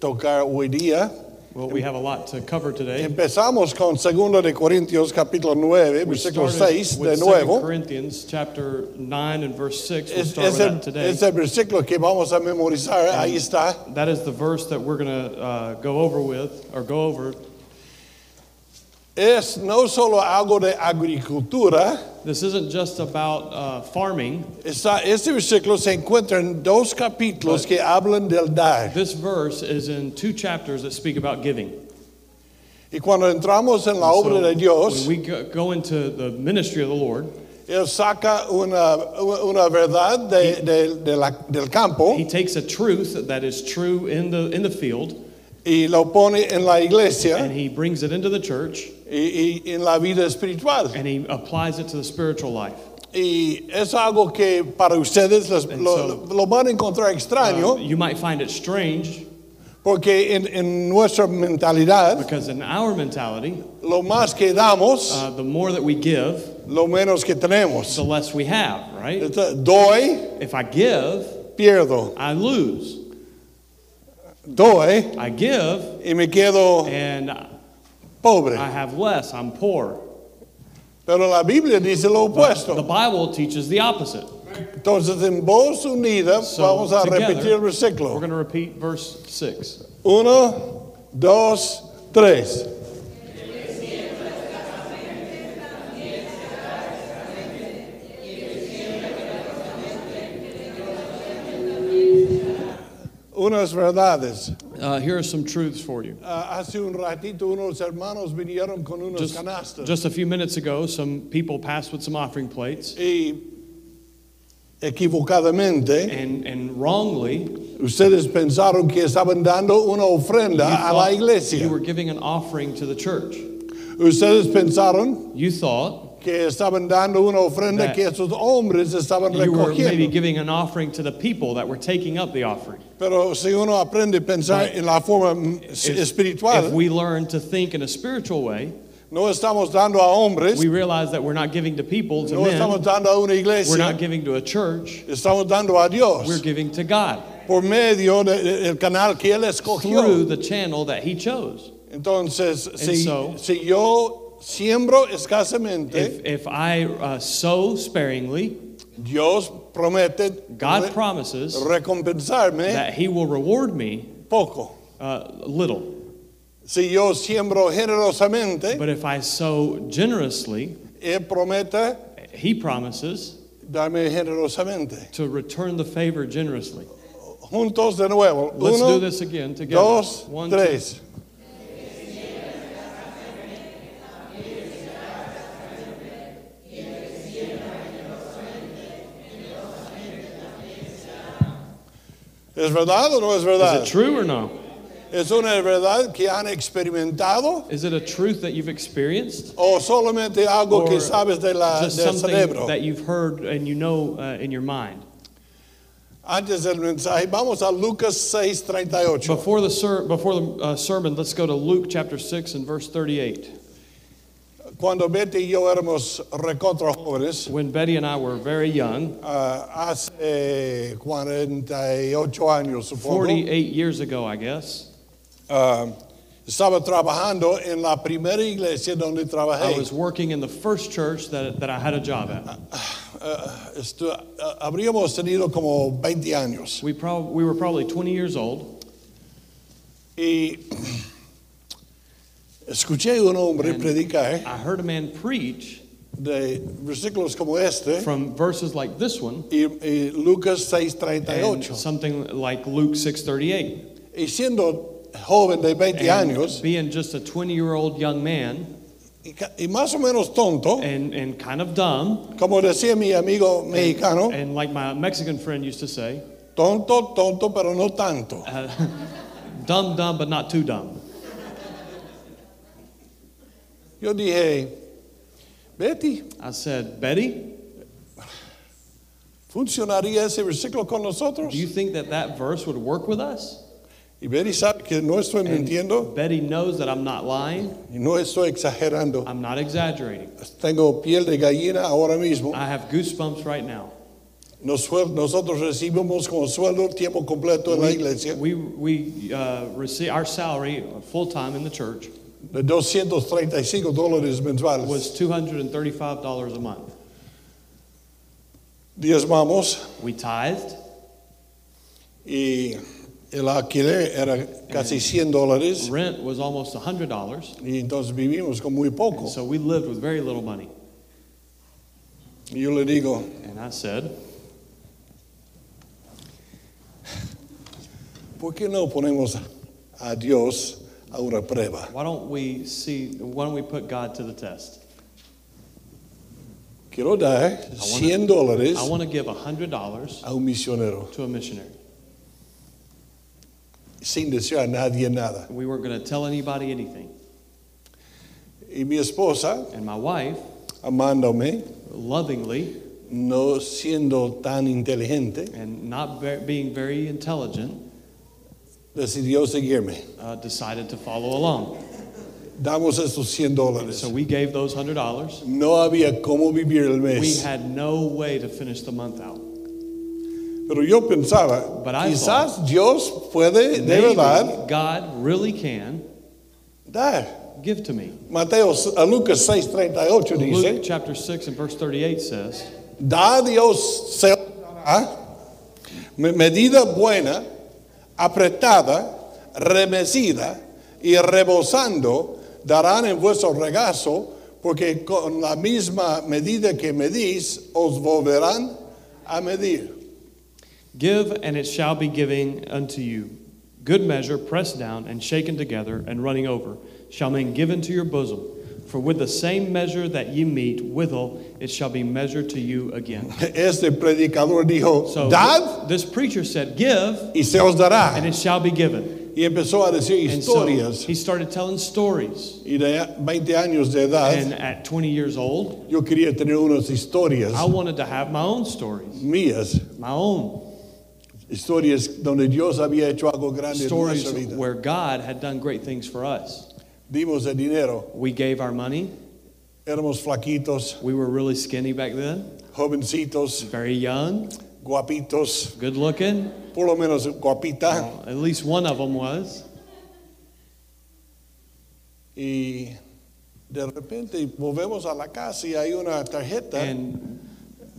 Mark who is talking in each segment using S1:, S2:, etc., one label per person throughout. S1: tocar hoy día.
S2: Well, we have a lot to cover today.
S1: Empezamos con 2 de Corintios capítulo 9,
S2: We
S1: versículo
S2: started
S1: 6 de
S2: with 2
S1: nuevo.
S2: Corinthians chapter 9 and verse 6. We'll
S1: Es,
S2: start
S1: es
S2: with
S1: el,
S2: that today.
S1: es el versículo que vamos a memorizar, ahí está.
S2: That is the verse that we're going to uh, go over with, or go over.
S1: Es no solo algo de agricultura,
S2: This isn't just about uh, farming.
S1: está, este versículo se encuentra en dos capítulos que hablan del dar.
S2: This verse is in two chapters that speak about giving.
S1: Y cuando entramos en la obra
S2: So,
S1: de Dios,
S2: When we go, go into the ministry of the Lord,
S1: Él saca una, una verdad de- de- de la- del campo
S2: He takes a truth that is true in the, in the field
S1: y lo pone en la iglesia
S2: and He brings it into the church
S1: y, y en la vida espiritual.
S2: and He applies it to the spiritual life.
S1: Y es algo que para ustedes los-
S2: And
S1: lo, lo van a encontrar extraño,
S2: Uh, you might find it strange
S1: porque en, en nuestra mentalidad,
S2: because in our mentality,
S1: lo más que damos,
S2: uh, the more that we give,
S1: lo menos que tenemos.
S2: the less we have, right?
S1: Entonces, doy,
S2: If I give,
S1: pierdo.
S2: I lose.
S1: Doy
S2: I give
S1: y me quedo
S2: and
S1: pobre.
S2: I have less. I'm poor.
S1: Pero la Biblia dice lo
S2: The
S1: opuesto.
S2: Bible teaches the opposite.
S1: Entonces, en voz unida,
S2: So,
S1: vamos a
S2: together,
S1: repetir el
S2: We're
S1: versículo.
S2: going to repeat verse 6.
S1: Uno, dos, tres. Unas verdades.
S2: Uh, here are some truths for you.
S1: Ah, hace un ratito unos hermanos vinieron con unos
S2: Just,
S1: canastas
S2: just a few minutes ago, some people passed with some offering plates
S1: y equivocadamente
S2: and, and wrongly
S1: ustedes pensaron que estaban dando una
S2: you
S1: ofrenda a la
S2: thought
S1: iglesia.
S2: you were giving an offering to the church.
S1: Ustedes pensaron
S2: You thought
S1: que estaban dando una ofrenda
S2: That
S1: que esos hombres estaban
S2: you were maybe
S1: recogiendo.
S2: giving an offering to the people that were taking up the offering.
S1: Pero si uno aprende a pensar en la forma mm,
S2: If
S1: espiritual,
S2: we learn to think in a spiritual way,
S1: no estamos dando a hombres,
S2: we realize that we're not giving to people, to
S1: no estamos
S2: men,
S1: dando a una
S2: we're
S1: iglesia,
S2: not giving to a church,
S1: estamos dando a
S2: we're
S1: Dios
S2: giving to God
S1: por medio de- de- del canal que Él
S2: through
S1: escogió.
S2: the channel that He chose.
S1: Entonces, si,
S2: so-
S1: si yo siembro escasamente,
S2: If, if I uh, sow sparingly,
S1: Dios promete
S2: God
S1: re-
S2: promises
S1: recompensarme
S2: that He will reward me
S1: poco.
S2: uh, little.
S1: Si yo siembro generosamente,
S2: But if I sow generously,
S1: Él promete
S2: He promises
S1: darme generosamente.
S2: to return the favor generously.
S1: Juntos de nuevo.
S2: Let's
S1: Uno,
S2: do this again together.
S1: dos,
S2: One, two,
S1: tres. ¿Es verdad o no es verdad?
S2: Is it true or no?
S1: ¿Es una verdad que han experimentado
S2: Is it a truth that you've experienced?
S1: o solamente algo
S2: Or
S1: que sabes de la,
S2: Just
S1: del
S2: something
S1: cerebro?
S2: that you've heard and you know uh, in your mind.
S1: Antes del mensaje, vamos a Lucas 6, 38.
S2: Before the, ser- before the uh, sermon, let's go to Luke chapter 6 and verse 38.
S1: Cuando Betty y yo éramos recontra jóvenes,
S2: When Betty and I were very young,
S1: Ah, hace 48 años, supongo,
S2: 48 years ago, I guess,
S1: ah, estaba trabajando en la primera iglesia donde trabajé.
S2: I was working in the first church that, that I had a job at.
S1: Ah, estu- ah, habríamos tenido como 20 años.
S2: We, prob- we were probably 20 years old.
S1: Y escuché a un hombre
S2: And-
S1: predicar
S2: I heard a man preach
S1: de versículos como este
S2: from verses like this one
S1: y, y Lucas
S2: and
S1: 6:38.
S2: something like Luke 638.
S1: Y siendo joven de 20
S2: And
S1: años
S2: being just a 20 year old young man
S1: y, ca- y más o menos tonto,
S2: and, and kind of dumb,
S1: como decía mi amigo mexicano,
S2: and like my Mexican friend used to say,
S1: Tonto, tonto, pero no tanto.
S2: uh, dumb, dumb, but not too dumb.
S1: Yo dije, Betty,
S2: I said, Betty,
S1: ¿funcionaría ese versículo con nosotros?
S2: do you think that that verse would work with us?
S1: Y Betty sabe que no estoy mintiendo
S2: Betty knows that I'm not lying,
S1: y no estoy exagerando.
S2: I'm not exaggerating.
S1: Tengo piel de gallina ahora mismo.
S2: I have goosebumps right now.
S1: nos fue- nosotros recibimos consuelo tiempo completo en la iglesia
S2: We, we uh, receive our salary full time in the church
S1: de 235 dólares mensuales.
S2: was $235 a month.
S1: Diezmamos
S2: We tithed,
S1: y el alquiler era casi 100 dólares
S2: rent was almost $100,
S1: y entonces vivimos con muy poco.
S2: so we lived with very little money.
S1: Y yo le digo,
S2: And I said,
S1: ¿por qué no ponemos a Dios a una prueba?
S2: why don't we see, why don't we put God to the test?
S1: Quiero dar 100 dólares
S2: I want to give $100
S1: a un misionero
S2: to a missionary.
S1: sin decir a nadie nada.
S2: We weren't going to tell anybody anything.
S1: Y mi esposa,
S2: And my wife,
S1: amándome,
S2: lovingly
S1: no siendo tan inteligente,
S2: and not ve- being very intelligent,
S1: decidió seguirme.
S2: uh, decided to follow along.
S1: Damos esos 100 dólares.
S2: So we gave those $100.
S1: No había cómo vivir el
S2: We
S1: mes.
S2: had no way to finish the month out.
S1: Pero yo pensaba,
S2: But I
S1: quizás Dios puede de
S2: Maybe
S1: verdad
S2: God really can
S1: dar.
S2: give to me.
S1: Mateo, a Lucas 6:38
S2: Luke
S1: dice,
S2: chapter 6 and verse 38 says,
S1: da a Dios se os dará me- medida buena, apretada, remecida y rebosando, darán en vuestro regazo, porque con la misma medida que medís, os volverán a medir.
S2: Give, and it shall be giving unto you. Good measure, pressed down, and shaken together, and running over, shall men give into your bosom. For with the same measure that ye meet withal, it shall be measured to you again.
S1: Este predicador dijo,
S2: So
S1: dad
S2: this preacher said, Give,
S1: y se os dará.
S2: and it shall be given.
S1: Y empezó a decir
S2: And so
S1: historias.
S2: he started telling stories.
S1: Y de 20 años de edad,
S2: And at 20 years old,
S1: yo quería tener unas historias
S2: I wanted to have my own stories,
S1: mías,
S2: my own
S1: historias donde Dios había hecho algo grande en
S2: stories
S1: nuestra vida.
S2: where God had done great things for us.
S1: Dimos el dinero,
S2: We gave our money.
S1: éramos flaquitos,
S2: We were really skinny back then,
S1: jovencitos,
S2: very young,
S1: guapitos,
S2: good looking.
S1: por lo menos guapita.
S2: Well, at least one of them was.
S1: Y de repente volvemos a la casa y hay una tarjeta
S2: And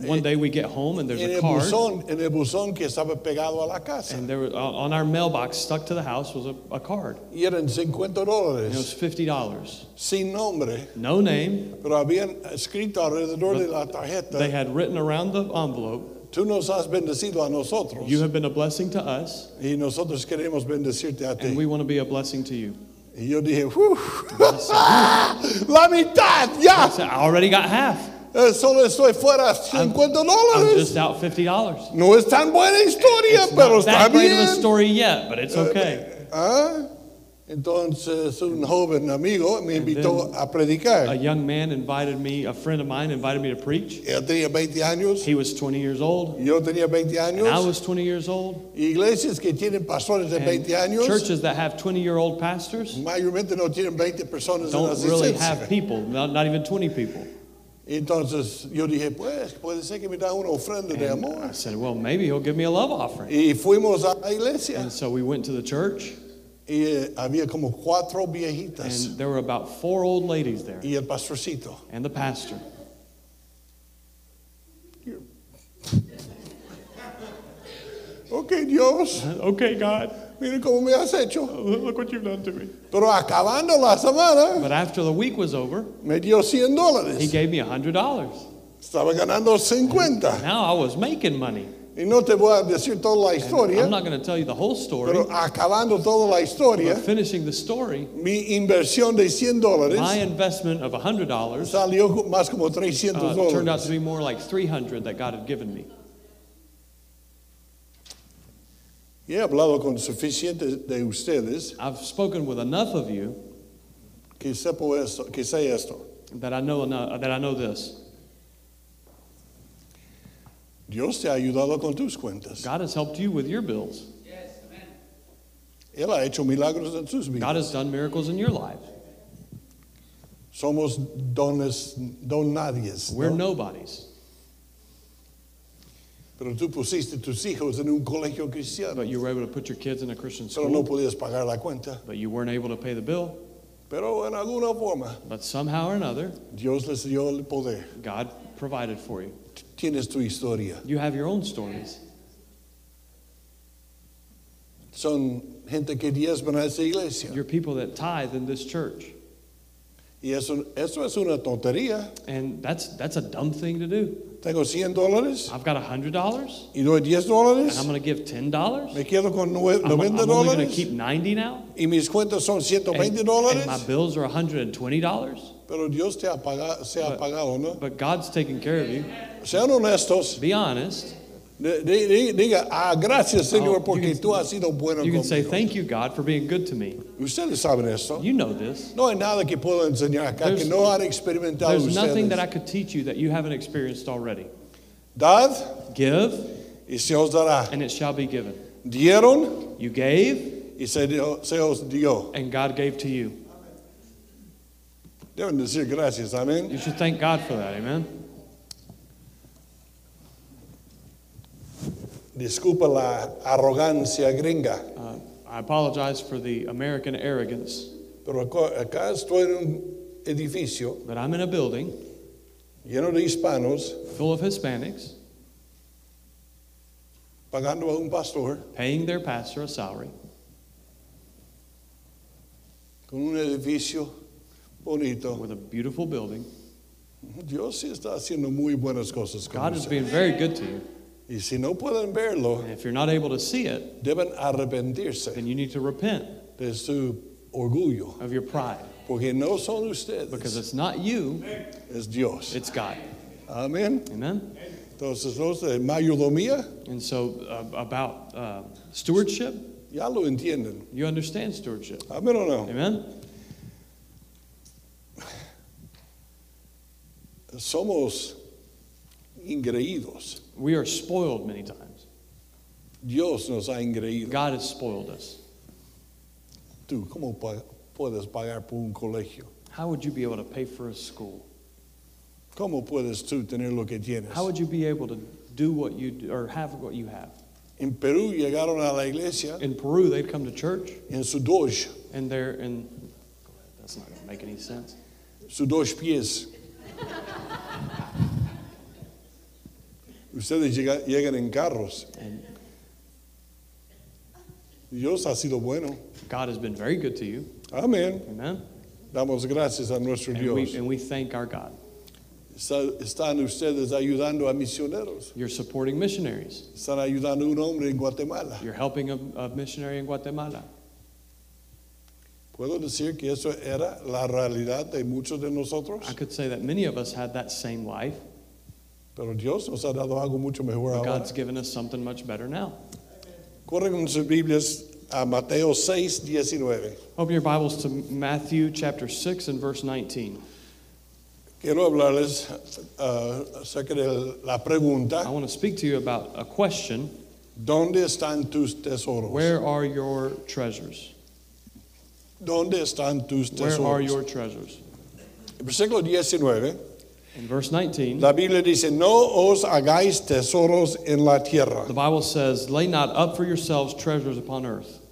S2: one day we get home and there's
S1: en
S2: a
S1: el,
S2: card.
S1: buzón, en el buzón que estaba pegado a la casa.
S2: And there was, on our mailbox stuck to the house was a, a card.
S1: Y eran 50
S2: And it was
S1: dólares,
S2: $50.
S1: sin nombre,
S2: No name.
S1: pero habían escrito alrededor de la
S2: They
S1: tarjeta,
S2: had written around the envelope,
S1: tú nos has bendecido a nosotros
S2: You have been a blessing to us,
S1: y nosotros queremos bendecirte a
S2: and
S1: ti.
S2: we want to be a blessing to you.
S1: Y yo dije, "Uf,
S2: I said,
S1: la mitad,
S2: I
S1: ya,
S2: said, I already got half.
S1: Eh, solo estoy fuera 50
S2: I'm
S1: dólares.
S2: just out $50.
S1: No es tan buena historia,
S2: It's
S1: pero
S2: not
S1: está
S2: that great of a
S1: bien.
S2: story yet, but it's okay.
S1: Ah, Entonces un joven amigo me invitó
S2: then-
S1: a
S2: A
S1: predicar.
S2: young man invited me, a friend of mine invited me to preach.
S1: Él tenía 20 años,
S2: He was 20 years old.
S1: yo tenía 20
S2: And I
S1: años.
S2: was 20 years old.
S1: Iglesias que tienen pastores de
S2: And
S1: 20 años,
S2: Churches that have 20 year old pastors
S1: mayormente no tienen 20 personas en
S2: don't really
S1: asistencia.
S2: have people, not, not even 20 people.
S1: Entonces yo dije, pues puede ser que me da una ofrenda de
S2: And
S1: amor.
S2: I said, Well, maybe he'll give me a love offering.
S1: Y fuimos a la iglesia
S2: And so we went to the church,
S1: y eh, había como cuatro viejitas
S2: and there were about four old ladies there
S1: y el pastorcito.
S2: and the pastor.
S1: Ok, Dios,
S2: Okay, God,
S1: mire cómo me has hecho.
S2: look what you've done to me.
S1: Pero acabando la semana,
S2: But after the week was over,
S1: me dio 100
S2: he
S1: dólares.
S2: gave me $100.
S1: Estaba ganando 50.
S2: Now I was making money.
S1: Y no te voy a decir toda la
S2: I'm
S1: historia,
S2: not going to tell you the whole story,
S1: pero acabando toda la
S2: but
S1: historia,
S2: finishing the story,
S1: mi inversión de 100
S2: my
S1: dólares
S2: investment of $100
S1: salió más como 300
S2: uh, turned out
S1: dólares.
S2: to be more like 300 that God had given me.
S1: Y he hablado con suficientes de ustedes
S2: I've spoken with enough of you
S1: que sepo esto, que sé esto.
S2: that I know enough, that I know this.
S1: Dios te ha ayudado con tus cuentas.
S2: God has helped you with your bills.
S1: Él ha hecho milagros en sus vidas.
S2: God has done miracles in your life.
S1: Somos dones, don nadies.
S2: We're
S1: ¿no?
S2: nobodies.
S1: Pero tú pusiste tus hijos en un colegio cristiano,
S2: But you were able to put your kids in a Christian
S1: pero no
S2: school,
S1: podías pagar la cuenta.
S2: but you weren't able to pay the bill.
S1: Pero en alguna forma,
S2: But somehow or another,
S1: Dios les dio el poder.
S2: God provided for you.
S1: Tienes tu historia.
S2: You have your own stories.
S1: Son gente que diezman a esa iglesia.
S2: You're people that tithe in this church.
S1: Y eso, eso es una tontería.
S2: And that's that's a dumb thing to do.
S1: Tengo 100 dólares
S2: I've got hundred dollars
S1: y doy 10
S2: and
S1: dólares.
S2: I'm gonna give ten dollars.
S1: Me quedo con nue-
S2: I'm, I'm
S1: 90
S2: only gonna
S1: dólares.
S2: keep ninety now.
S1: Y mis cuentas son
S2: And,
S1: 120
S2: and
S1: dólares.
S2: my bills are hundred and twenty dollars.
S1: Pero Dios te ha pagado, se ha
S2: But-
S1: pagado, ¿no?
S2: But God's taking care of you.
S1: Sean honestos.
S2: Be honest.
S1: De- de- de- diga, ah, gracias Señor
S2: Oh,
S1: porque
S2: you can-
S1: tú has sido bueno
S2: You can
S1: conmigo.
S2: say thank you, God, for being good to me.
S1: ustedes saben eso.
S2: You know this.
S1: No hay nada que puedo enseñar acá que
S2: There's-
S1: no han experimentado
S2: There's nothing
S1: ustedes.
S2: that I could teach you that you haven't experienced already.
S1: Dad
S2: Give
S1: y se os dará.
S2: and it shall be given.
S1: Dieron
S2: You gave
S1: y se, dio- se os dio.
S2: and God gave to you.
S1: Deben decir gracias, amén.
S2: You should thank God for that, amen.
S1: Disculpa la arrogancia gringa,
S2: Uh, I apologize for the American arrogance,
S1: pero acá- acá estoy en un edificio
S2: but I'm in a building
S1: lleno de hispanos
S2: full of Hispanics
S1: pagando a un pastor
S2: paying their pastor a salary
S1: con un edificio bonito.
S2: with a beautiful building.
S1: Dios sí está haciendo muy buenas cosas con
S2: God is
S1: usted.
S2: being very good to you.
S1: Y si no pueden verlo,
S2: And if you're not able to see it,
S1: deben arrepentirse
S2: then you need to repent
S1: de su orgullo,
S2: of your pride
S1: porque no son
S2: because
S1: ustedes,
S2: it's not you,
S1: es Dios.
S2: it's God.
S1: Amén.
S2: Amen?
S1: Entonces, los de mayordomía
S2: And so, uh, about uh, stewardship,
S1: ya lo entienden.
S2: you understand stewardship.
S1: Amén o no.
S2: Amen?
S1: Somos ingreídos.
S2: We are spoiled many times.
S1: Dios nos ha ingreído.
S2: God has spoiled us.
S1: Tú, ¿cómo pa- puedes pagar por un colegio?
S2: How would you be able to pay for a school?
S1: ¿Cómo puedes tú tener lo que tienes?
S2: How would you be able to do what you do, or have what you have?
S1: En Perú llegaron a la iglesia
S2: In Peru, they'd come to church
S1: en sus dos,
S2: and they're in. That's not going to make any sense.
S1: sus dos pies. Ustedes llega- llegan en carros.
S2: And
S1: Dios ha sido bueno.
S2: God has been very good to you.
S1: Amén.
S2: Amen.
S1: Damos gracias a nuestro
S2: And we,
S1: Dios.
S2: and we thank our God.
S1: Está- están ustedes ayudando a misioneros.
S2: You're supporting missionaries.
S1: Están ayudando a un hombre en Guatemala.
S2: You're helping a, a missionary in Guatemala.
S1: Puedo decir que eso era la realidad de muchos de nosotros,
S2: I could say that many of us had that same life,
S1: pero Dios nos ha dado algo mucho mejor
S2: but
S1: ahora.
S2: God's given us something much better now.
S1: Corren con sus Biblias a Mateo 6, 19.
S2: Open your Bibles to Matthew chapter 6 and verse 19.
S1: Quiero hablarles ah, acerca de la
S2: I
S1: pregunta,
S2: want to speak to you about a question
S1: ¿dónde están tus tesoros?
S2: Where are your treasures?
S1: ¿Dónde están tus
S2: Where are
S1: tesoros?
S2: your treasures?
S1: El versículo 19,
S2: In verse 19,
S1: la Biblia dice, no os hagáis tesoros en la tierra.
S2: the Bible says, Lay not up for yourselves treasures upon earth.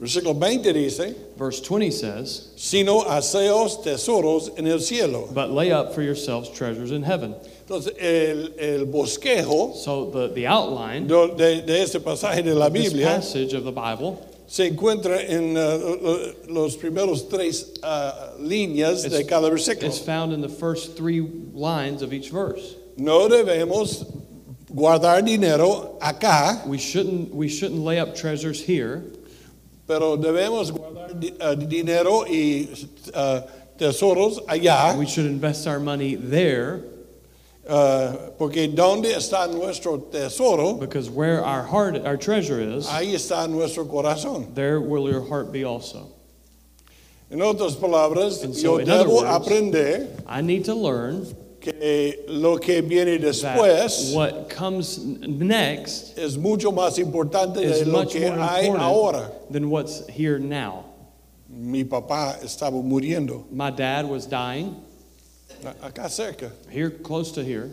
S1: Versículo 20 dice,
S2: Verse 20 says,
S1: sino haceos tesoros en el cielo.
S2: But lay up for yourselves treasures in heaven.
S1: Entonces, el, el bosquejo
S2: So the, the outline,
S1: de, de- de este pasaje de la
S2: this
S1: Biblia
S2: passage of the Bible,
S1: se encuentra en eh, lo- los primeros tres ah, líneas de
S2: It's-
S1: cada versículo.
S2: is found in the first three lines of each verse.
S1: No debemos guardar dinero acá,
S2: We shouldn't, we shouldn't lay up treasures here,
S1: pero debemos guardar di- ah, dinero y ah, tesoros allá,
S2: we should invest our money there,
S1: ah, porque donde está nuestro tesoro,
S2: because where our heart, our treasure is,
S1: ahí está nuestro corazón.
S2: there will your heart be also.
S1: En otras palabras,
S2: And
S1: yo
S2: so, in other
S1: debo
S2: words,
S1: aprender
S2: I need to learn
S1: que lo que viene
S2: that
S1: después
S2: what comes n- next
S1: es mucho más importante de
S2: is
S1: lo
S2: much
S1: que
S2: more
S1: hay ahora.
S2: important than what's here now.
S1: Mi papá estaba muriendo
S2: My dad was dying
S1: a- acá cerca.
S2: here, close to here,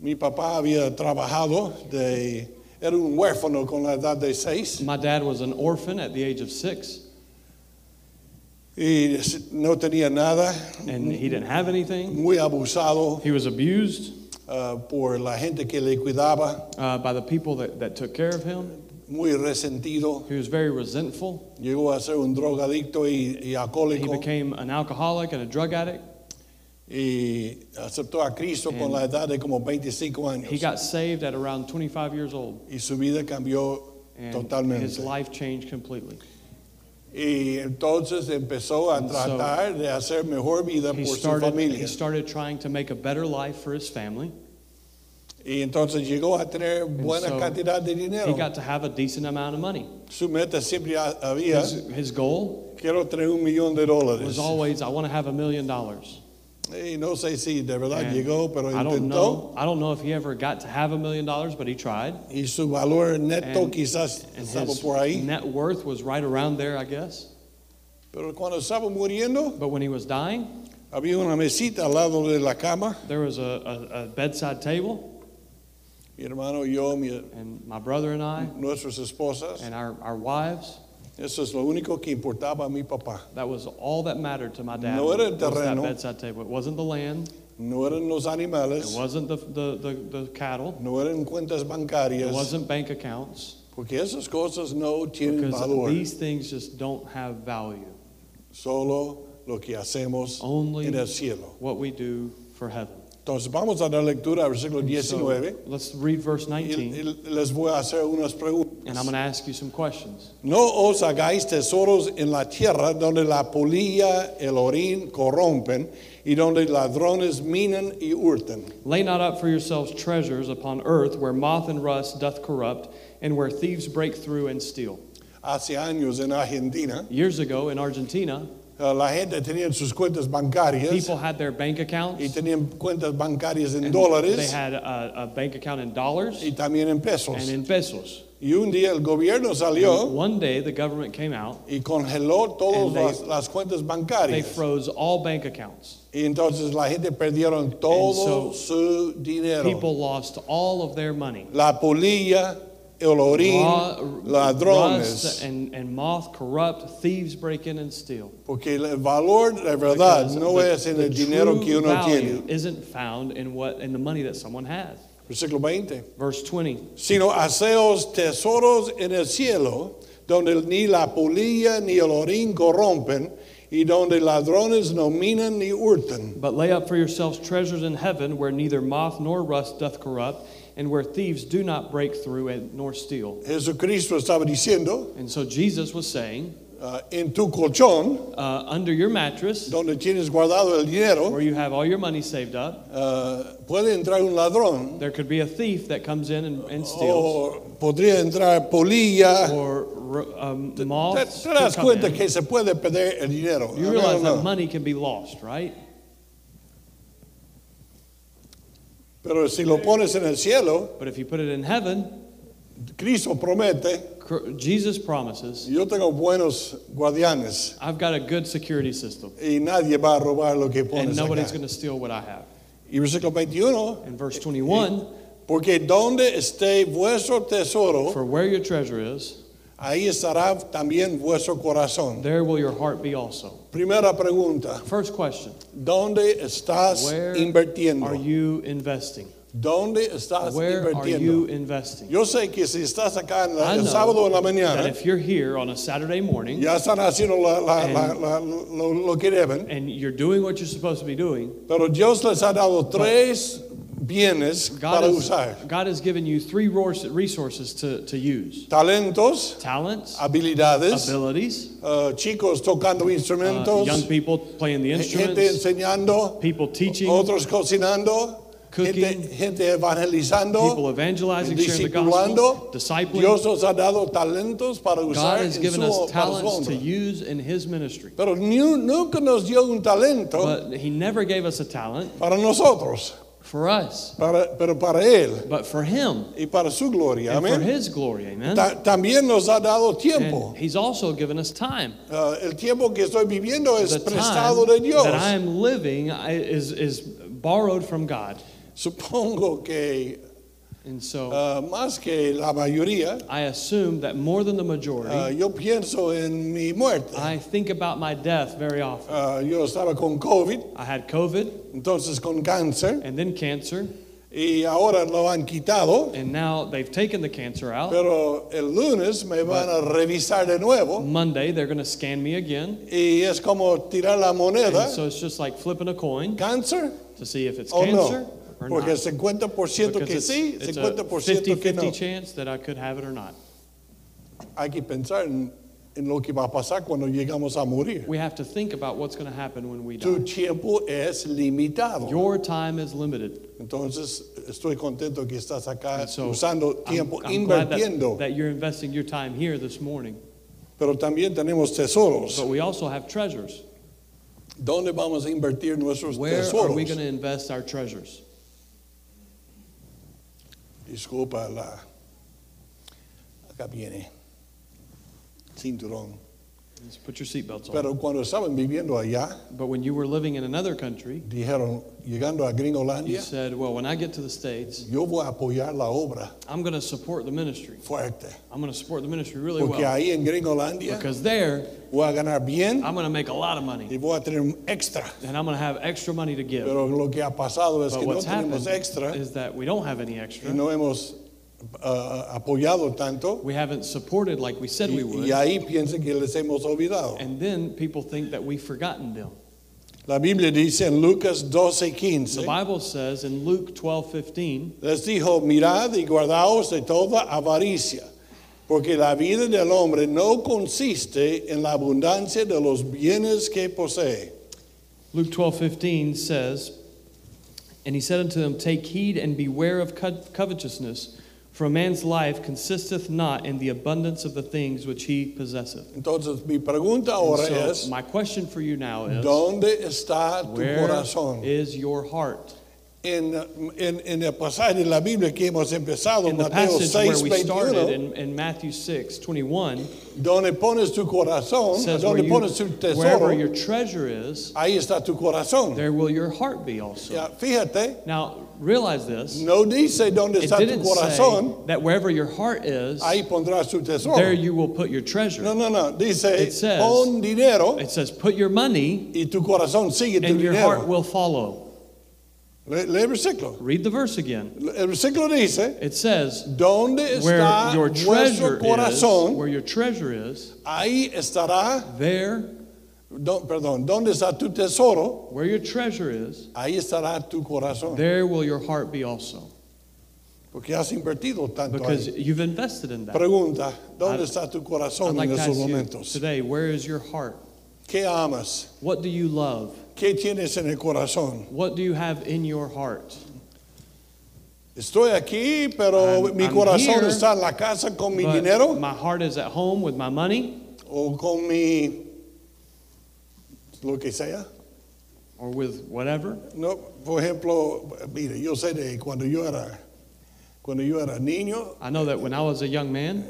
S1: Mi papá había trabajado, de, era un huérfano con la edad de seis
S2: My dad was an orphan at the age of six,
S1: y no tenía nada,
S2: and he didn't have anything.
S1: muy abusado
S2: He was abused
S1: ah, por la gente que le cuidaba,
S2: uh, by the people that, that took care of him.
S1: muy resentido,
S2: He was very resentful.
S1: llegó a ser un drogadicto y, y
S2: He
S1: alcohólico
S2: became an alcoholic and a drug addict.
S1: y aceptó a Cristo con
S2: And-
S1: la edad de como 25 años
S2: He got saved at around 25 years old,
S1: y su vida cambió
S2: and
S1: totalmente.
S2: his life changed completely.
S1: Y entonces empezó a
S2: And so-
S1: tratar de hacer mejor vida
S2: He
S1: por su
S2: started, he
S1: familia.
S2: started trying to make a better life for his family.
S1: Y entonces llegó a tener buena
S2: so
S1: cantidad de
S2: He
S1: dinero.
S2: got to have a decent amount of money.
S1: Su meta siempre ha- había,
S2: His, his goal
S1: quiero tener un millón de dólares.
S2: was always, I want to have a million dollars.
S1: Y no sé si de verdad
S2: And
S1: llegó, pero
S2: Eh, I don't
S1: intentó.
S2: know. I don't know if he ever got to have a million dollars, but he tried.
S1: Y su valor neto
S2: And-
S1: quizás
S2: And
S1: estaba
S2: his
S1: por ahí.
S2: net worth was right around there, I guess.
S1: Pero cuando estaba muriendo,
S2: But when he was dying,
S1: había una mesita al lado de la cama.
S2: there was a, a, a bedside table,
S1: Mi hermano, yo, mi-
S2: and my brother and I,
S1: nuestras esposas.
S2: and our, our wives,
S1: Eso es lo único que importaba a mi papá.
S2: that was all that mattered to my dad.
S1: No era el
S2: was that
S1: terreno.
S2: bedside table. It wasn't the land,
S1: No eran los
S2: it
S1: animales.
S2: wasn't the, the, the, the cattle,
S1: No eran cuentas
S2: it
S1: bancarias,
S2: wasn't bank accounts,
S1: porque esas cosas no tienen
S2: because
S1: valor.
S2: these things just don't have value.
S1: Solo lo que hacemos
S2: Only
S1: en el cielo.
S2: what we do for heaven.
S1: Entonces vamos a dar lectura al versículo
S2: So,
S1: 19
S2: let's read verse
S1: y,
S2: 19,
S1: y les voy a hacer unas
S2: and
S1: preguntas.
S2: I'm going to ask you some questions.
S1: No os hagáis tesoros en la tierra donde la polilla, el orín corrompen y donde ladrones minan y hurtan.
S2: Lay not up for yourselves treasures upon earth where moth and rust doth corrupt and where thieves break through and steal.
S1: Hace años en Argentina
S2: Years ago in Argentina,
S1: eh, la gente tenía sus cuentas bancarias
S2: people had their bank
S1: y
S2: accounts.
S1: tenían cuentas bancarias en
S2: and They
S1: dólares
S2: had a, a bank account in dollars
S1: y también en pesos.
S2: and in pesos.
S1: Y un día el gobierno
S2: And
S1: salió
S2: One day the government came out,
S1: y congeló todas
S2: And they-
S1: las, las cuentas
S2: they
S1: bancarias.
S2: froze all bank accounts.
S1: Y entonces la gente perdieron todo
S2: so,
S1: su dinero.
S2: People lost all of their money.
S1: la polilla, el orín,
S2: Ro-
S1: ladrones.
S2: Rust and, and moth corrupt, thieves break in and steal.
S1: porque el valor de verdad
S2: Because
S1: no
S2: the-
S1: es en
S2: the
S1: el dinero
S2: true
S1: que uno
S2: value
S1: tiene.
S2: Isn't found in what in the money that someone has.
S1: Versículo 20.
S2: Verse 20.
S1: Sino haceos tesoros en el cielo, donde ni la polilla ni el orín corrompen, y donde ladrones no minan ni hurtan.
S2: But lay up for yourselves treasures in heaven where neither moth nor rust doth corrupt, and where thieves do not break through and nor steal.
S1: Jesucristo estaba diciendo,
S2: And so Jesus was saying,
S1: ah, en tu colchón,
S2: uh, under your mattress,
S1: donde tienes guardado el dinero,
S2: where you have all your money saved up,
S1: ah, puede entrar un ladrón
S2: there could be a thief that comes in and, and steals.
S1: o podría entrar polilla.
S2: Or ro- um,
S1: Te,
S2: moths.
S1: te
S2: could
S1: das
S2: come
S1: cuenta
S2: in.
S1: que se puede perder el dinero.
S2: You
S1: ¿amén o
S2: realize
S1: no?
S2: that money can be lost, right?
S1: Pero si lo pones en el cielo,
S2: But if you put it in heaven,
S1: Cristo promete,
S2: cr- Jesus promises,
S1: yo tengo buenos guardianes
S2: I've got a good security system,
S1: y nadie va a robar lo que
S2: and
S1: pones
S2: nobody's
S1: acá.
S2: going to steal what I have.
S1: Y versículo 21,
S2: In verse 21,
S1: porque donde esté vuestro tesoro,
S2: for where your treasure is,
S1: ahí estará también vuestro corazón.
S2: There will your heart be also.
S1: Primera pregunta,
S2: First question
S1: ¿dónde estás
S2: Where
S1: invirtiendo?
S2: Are you investing?
S1: ¿Dónde estás
S2: Where are you Ah,
S1: invirtiendo?
S2: investing?
S1: Yo sé que si estás acá en la-
S2: I
S1: el
S2: know
S1: sábado en la
S2: that
S1: mañana,
S2: if you're here on a Saturday morning
S1: ya están haciendo la- la-
S2: And-
S1: la- la- lo, lo que deben,
S2: and you're doing what you're supposed to be doing,
S1: pero Dios les ha dado tres bienes
S2: God,
S1: para
S2: has,
S1: usar.
S2: God has given you three rors- resources to, to use
S1: Talentos,
S2: talents,
S1: habilidades,
S2: abilities,
S1: uh, chicos tocando
S2: uh,
S1: instrumentos, eh,
S2: young people playing the
S1: gente
S2: instruments,
S1: enseñando,
S2: people teaching,
S1: otros cocinando, gente,
S2: Cooking.
S1: gente evangelizando.
S2: people evangelizing, sharing the gospel,
S1: discipulando. Dios
S2: discipling.
S1: nos ha dado talentos para usar
S2: God has
S1: en
S2: given
S1: su-
S2: us
S1: para su
S2: talents to
S1: honra.
S2: use in His ministry.
S1: Pero ni- nunca nos dio un talento
S2: But He never gave us a talent
S1: para nosotros,
S2: for us,
S1: para- pero para Él
S2: but for Him
S1: y para su gloria.
S2: and for
S1: Amén.
S2: His glory. Amen.
S1: Ta- también nos ha dado tiempo.
S2: And he's also given us time.
S1: Ah, el tiempo que estoy viviendo es
S2: The
S1: prestado
S2: time
S1: de Dios.
S2: that I am living I- is, is borrowed from God.
S1: Supongo que
S2: And so
S1: ah, más que la mayoría,
S2: I assume that more than the majority,
S1: ah, yo pienso en mi muerte.
S2: I think about my death very often.
S1: Ah, yo estaba con COVID,
S2: I had COVID
S1: entonces con cáncer,
S2: and then cancer,
S1: y ahora lo han quitado,
S2: and now they've taken the cancer out.
S1: pero el lunes me van a revisar de nuevo
S2: Monday, they're going to scan me again.
S1: y es como tirar la moneda,
S2: And so it's just like flipping a coin
S1: cáncer
S2: to see if it's
S1: o
S2: cancer
S1: Oh, no.
S2: or
S1: Porque
S2: not.
S1: 50%
S2: Because
S1: que
S2: it's,
S1: sí,
S2: it's a
S1: 50% que no.
S2: 50-50 chance that I could have it or not.
S1: Hay que pensar en, en lo que va a pasar cuando llegamos a morir.
S2: We have to think about what's going to happen when we
S1: Tu
S2: die.
S1: tiempo es limitado.
S2: Your time is limited.
S1: Entonces, estoy contento que estás acá
S2: And so
S1: usando
S2: I'm-
S1: tiempo,
S2: I'm glad that-
S1: invirtiendo.
S2: that you're investing your time here this morning.
S1: pero también tenemos tesoros.
S2: But we also have treasures.
S1: ¿Dónde vamos a invertir nuestros
S2: Where are
S1: tesoros?
S2: we going to invest our treasures?
S1: Disculpa la. Acá viene. Cinturón.
S2: Just put your seatbelts on.
S1: Pero cuando estaban viviendo allá,
S2: But when you were living in another country,
S1: dijeron, llegando a
S2: you
S1: Gringolandia,
S2: said, well, when I get to the States,
S1: yo voy a apoyar la obra
S2: I'm going to support the ministry.
S1: fuerte.
S2: I'm going to support the ministry really
S1: Porque
S2: well.
S1: ahí en Gringolandia
S2: Because there,
S1: voy a ganar bien
S2: I'm going to make a lot of money
S1: y voy a tener un extra.
S2: and I'm going to have extra money to give.
S1: Pero lo que ha pasado es
S2: But
S1: que no
S2: what's
S1: tenemos
S2: happened
S1: extra
S2: is that we don't have
S1: y
S2: any extra.
S1: no hemos ah, apoyado tanto.
S2: We haven't supported like we said
S1: Y,
S2: we
S1: y
S2: would.
S1: ahí piensan que les hemos olvidado.
S2: And then people think that we've forgotten them.
S1: La Biblia dice en Lucas 12,
S2: The
S1: 15,
S2: Bible says in Luke 12:15.
S1: les dijo, mirad y guardaos de toda avaricia, porque la vida del hombre no consiste en la abundancia de los bienes que posee.
S2: Luke twelve fifteen says, And he said unto them, Take heed and beware of co- covetousness, for a man's life consisteth not in the abundance of the things which he possesseth.
S1: Entonces mi pregunta
S2: And
S1: ahora
S2: so,
S1: es,
S2: my question for you now is,
S1: ¿dónde está tu
S2: Where
S1: corazón?
S2: is your heart?
S1: En, en- en el pasaje de la Biblia que hemos empezado,
S2: In the
S1: Mateo
S2: passage where
S1: 6,
S2: we started
S1: 21,
S2: in, in Matthew six twenty one,
S1: donde pones tu corazón,
S2: says, where
S1: donde
S2: you-
S1: pones tu
S2: Wherever
S1: tesoro,
S2: your treasure is,
S1: ahí está tu corazón.
S2: there will your heart be also.
S1: Ya, fíjate,
S2: Now, realize this.
S1: no dice dónde
S2: It
S1: está tu
S2: didn't say
S1: corazón,
S2: that wherever your heart is,
S1: ahí pondrás tu tesoro.
S2: there you will put your treasure.
S1: no, no, no, dice
S2: It says-
S1: pon dinero
S2: It says, put your money
S1: y tu corazón sigue tu
S2: and your heart
S1: dinero.
S2: will follow.
S1: Le- Lee el versículo.
S2: Read the verse again.
S1: Le- El versículo dice,
S2: It says,
S1: ¿dónde
S2: where
S1: está
S2: your
S1: vuestro
S2: treasure is,
S1: corazón?
S2: where your treasure is,
S1: Ahí estará,
S2: there,
S1: do- perdón, ¿dónde está tu tesoro?
S2: where your treasure is,
S1: Ahí estará tu corazón.
S2: there will your heart be also.
S1: Porque has invertido tanto
S2: Because
S1: ahí.
S2: you've invested in that.
S1: Pregunta, ¿dónde
S2: I'd-
S1: está tu
S2: Ah, I'd
S1: corazón
S2: like
S1: en
S2: to ask
S1: esos
S2: you
S1: momentos?
S2: today, where is your heart?
S1: ¿Qué amas?
S2: What do you love?
S1: ¿Qué tienes en el corazón?
S2: What do you have in your heart?
S1: Estoy aquí, pero
S2: I'm-
S1: mi
S2: I'm
S1: corazón
S2: here,
S1: está en la casa con mi
S2: But
S1: dinero
S2: My heart is at home with my money
S1: o con mi lo que sea.
S2: or with whatever.
S1: No, por ejemplo, mire, yo sé de cuando yo era cuando yo era niño,
S2: I know that when I was a young man,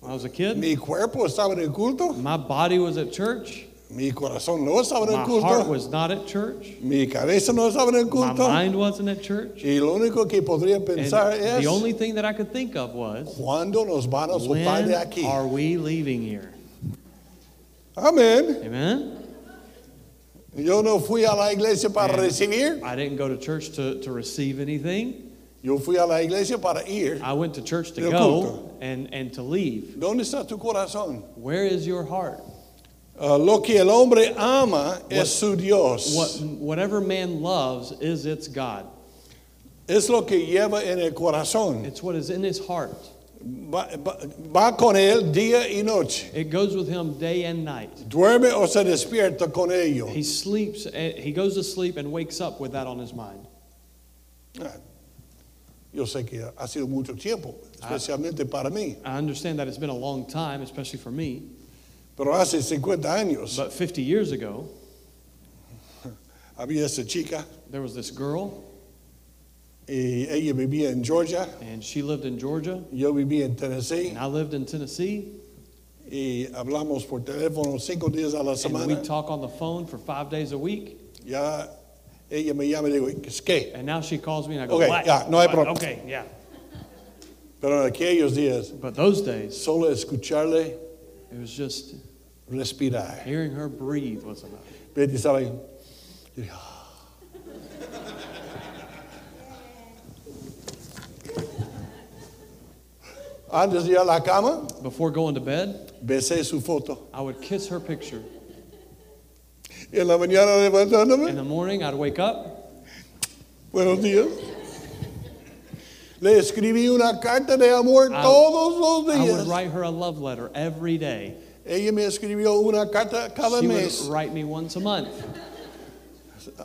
S2: when I was a kid,
S1: mi cuerpo estaba en el culto,
S2: my body was at church.
S1: mi corazón no estaba en
S2: My
S1: el
S2: heart
S1: culto,
S2: was not at church.
S1: mi cabeza no estaba en el
S2: My
S1: culto.
S2: mind wasn't at church.
S1: Y lo único que podría
S2: And
S1: pensar es
S2: the only thing that I could think of was,
S1: cuándo nos van a soltar
S2: when
S1: de aquí.
S2: are we leaving here?
S1: Amén.
S2: Amen?
S1: Yo no fui a la iglesia para
S2: And-
S1: recibir,
S2: I didn't go to church to, to receive anything.
S1: yo fui a la iglesia para ir.
S2: I went to church to
S1: Del
S2: go
S1: culto.
S2: and, and to leave.
S1: ¿Dónde está tu corazón?
S2: Where is your heart?
S1: Uh, lo que el hombre ama es su Dios.
S2: What, whatever man loves is its God.
S1: Es lo que lleva en el corazón.
S2: It's what is in his heart.
S1: Va, va- va con él día y noche.
S2: It goes with him day and night.
S1: Duerme o se despierta con ello.
S2: He sleeps, eh, he goes to sleep and wakes up with that on his mind.
S1: Ah, Yo sé que ha sido mucho tiempo,
S2: Ah.
S1: especialmente para mí,
S2: I understand that it's been a long time, especially for me,
S1: pero hace 50 años
S2: but 50 years ago,
S1: había esa chica
S2: there was this girl,
S1: y ella vivía en Georgia,
S2: and she lived in Georgia,
S1: yo vivía en
S2: and
S1: Tennessee
S2: I lived in Tennessee,
S1: y hablamos por teléfono cinco días a la
S2: and we
S1: semana.
S2: talk on the phone for five days a week.
S1: Ya Ella me llama y digo, "¿Es ¿qué?
S2: And now she calls me and I go,
S1: Okay,
S2: what?
S1: yeah, no hay
S2: What?
S1: problema.
S2: Okay, yeah.
S1: Pero en aquellos días,
S2: But those days,
S1: solo escucharle
S2: it was just
S1: respirar.
S2: hearing her breathe was enough.
S1: Betty estaba ahí. Y dije, "Ah". Antes de ir a la cama,
S2: Before going to bed,
S1: besé su foto.
S2: I would kiss her picture.
S1: Y en la mañana
S2: In
S1: levantándome,
S2: the morning, I'd wake up.
S1: buenos días. Le escribí una carta de amor
S2: I-
S1: todos los
S2: Ah, I would
S1: días.
S2: write her a love letter every day.
S1: Ella me escribió una carta cada
S2: She would
S1: mes.
S2: write me once a month.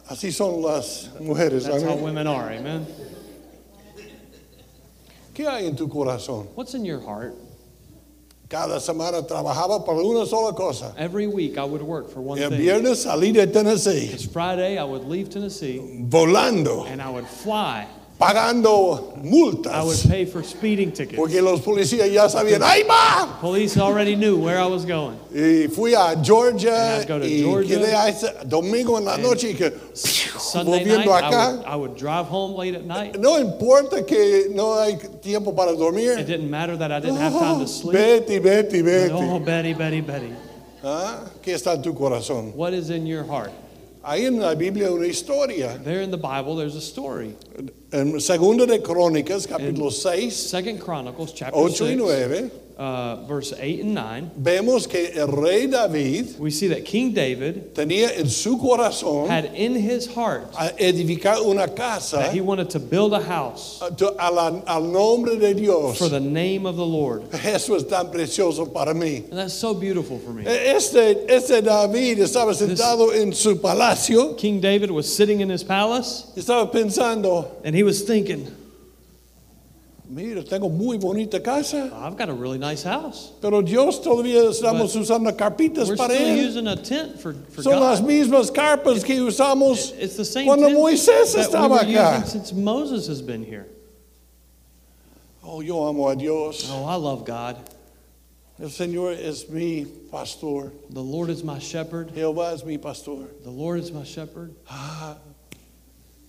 S1: Así son las mujeres.
S2: That's how
S1: amén.
S2: women are, amen.
S1: ¿Qué hay en tu corazón?
S2: What's in your heart?
S1: Cada semana trabajaba para una sola cosa.
S2: Every week, I would work for one
S1: El
S2: thing.
S1: viernes salí de Tennessee
S2: It's Friday, I would leave Tennessee
S1: volando,
S2: and I would fly.
S1: pagando
S2: I would
S1: multas,
S2: pay for speeding tickets.
S1: porque los policías ya sabían, ¡ahí va!
S2: Police already knew where I was going.
S1: Y fui a Georgia
S2: And I'd go to
S1: y
S2: Georgia.
S1: quedé a ese- domingo en la noche y que
S2: Sunday night,
S1: volviendo
S2: I
S1: acá.
S2: would, I would drive home late at night.
S1: No importa que no hay tiempo para
S2: It
S1: dormir.
S2: didn't matter that I didn't have time to sleep.
S1: Betty, Betty, Oh, Betty.
S2: Oh, Betty, Betty, Betty.
S1: ¿Ah? ¿Qué está en tu corazón?
S2: What is in your heart?
S1: Hay en la Biblia una historia.
S2: There in the Bible, there's a story.
S1: En Segunda de Crónicas, capítulo 6,
S2: Second Chronicles chapter
S1: 8 y
S2: 6,
S1: 9,
S2: uh, verse 8 and 9.
S1: vemos que el rey David
S2: We see that King David
S1: tenía en su corazón
S2: had in his heart
S1: a edificar una
S2: that
S1: casa
S2: he wanted to build a house
S1: a- to- a la- al nombre de Dios.
S2: for the name of the Lord.
S1: Eso es tan precioso para mí.
S2: And that's so beautiful for me.
S1: E- Este, este David estaba sentado en su palacio
S2: King David was sitting in his palace
S1: y estaba pensando,
S2: and he was thinking,
S1: mira, tengo muy bonita casa,
S2: "Oh, I've got a really nice house.
S1: pero Dios todavía estamos usando carpitas
S2: We're
S1: para
S2: still
S1: él.
S2: using a tent for, for
S1: Son las
S2: God.
S1: mismas carpas que usamos
S2: It's the same
S1: cuando
S2: tent
S1: Moisés
S2: that we
S1: estaba
S2: were using
S1: acá.
S2: since Moses has been here.
S1: Oh, yo amo a Dios.
S2: Oh, I love God.
S1: El Señor es mi pastor.
S2: The Lord is my shepherd.
S1: Jehová es mi pastor.
S2: The Lord is my shepherd.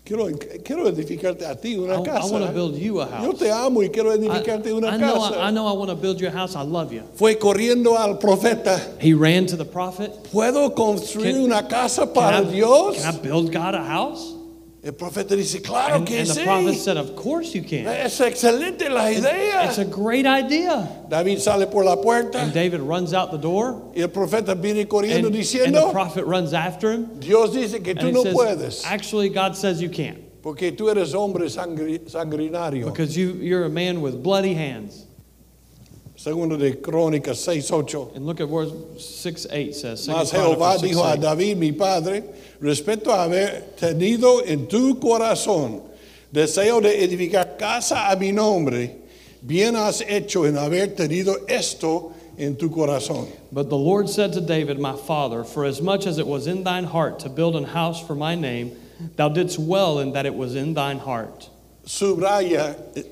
S1: Quiero, quiero edificarte a ti
S2: I,
S1: una
S2: I
S1: casa. ¿eh?
S2: want to build you a
S1: Yo
S2: house.
S1: te amo y quiero
S2: I,
S1: edificarte una
S2: I know,
S1: casa.
S2: I, know I want to build you a house. I love you.
S1: Fue corriendo al profeta.
S2: He ran to the prophet.
S1: ¿Puedo construir
S2: Can-
S1: una casa
S2: Can
S1: para
S2: I,
S1: Dios?
S2: can I build God a house?
S1: El profeta dice, claro
S2: And,
S1: que
S2: and the
S1: sí.
S2: prophet said, Of course you can.
S1: Es excelente la idea.
S2: It's a great idea.
S1: David sale por la
S2: And
S1: puerta
S2: David runs out the door.
S1: y el profeta viene
S2: And,
S1: corriendo
S2: and the
S1: diciendo,
S2: prophet runs after him.
S1: Dios dice que
S2: And
S1: tú
S2: he
S1: no
S2: says,
S1: puedes
S2: Actually, God says you can't
S1: porque tú eres hombre sangri- sanguinario.
S2: because you, you're a man with bloody hands.
S1: Segundo de Crónicas 6, 8.
S2: And look at verse 6 8 says. Second
S1: Mas Jehová
S2: Chronicles 6,
S1: dijo a
S2: 8.
S1: David, mi padre, respecto a haber tenido en tu corazón deseo de edificar casa a mi nombre, bien has hecho en haber tenido esto en tu corazón.
S2: But the Lord said to David, My father, For as much as it was in thine heart to build an house for my name, thou didst well in that it was in thine heart.
S1: Subraya, eh,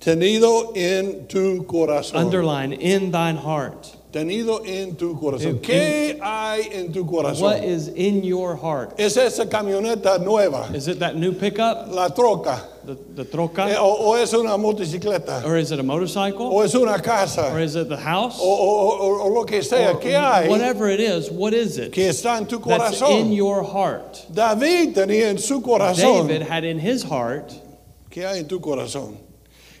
S1: tenido en tu corazón.
S2: Underline, in thine heart.
S1: tenido en tu corazón.
S2: En-
S1: ¿Qué hay en tu
S2: Eh, What
S1: corazón?
S2: is in your heart?
S1: Es esa camioneta nueva,
S2: Is it that new pickup,
S1: la troca,
S2: the, the
S1: eh, oh.
S2: troca?
S1: o, o es una motocicleta,
S2: Or is it a motorcycle?
S1: o es una
S2: Or
S1: casa,
S2: is it the house?
S1: o, o- o- o lo que sea.
S2: Or
S1: ¿Qué Oh, hay?
S2: Whatever it is, what is it?
S1: que está en tu
S2: That's in
S1: corazón.
S2: your heart.
S1: David tenía en su corazón.
S2: David had in his heart
S1: ¿Qué hay en tu corazón?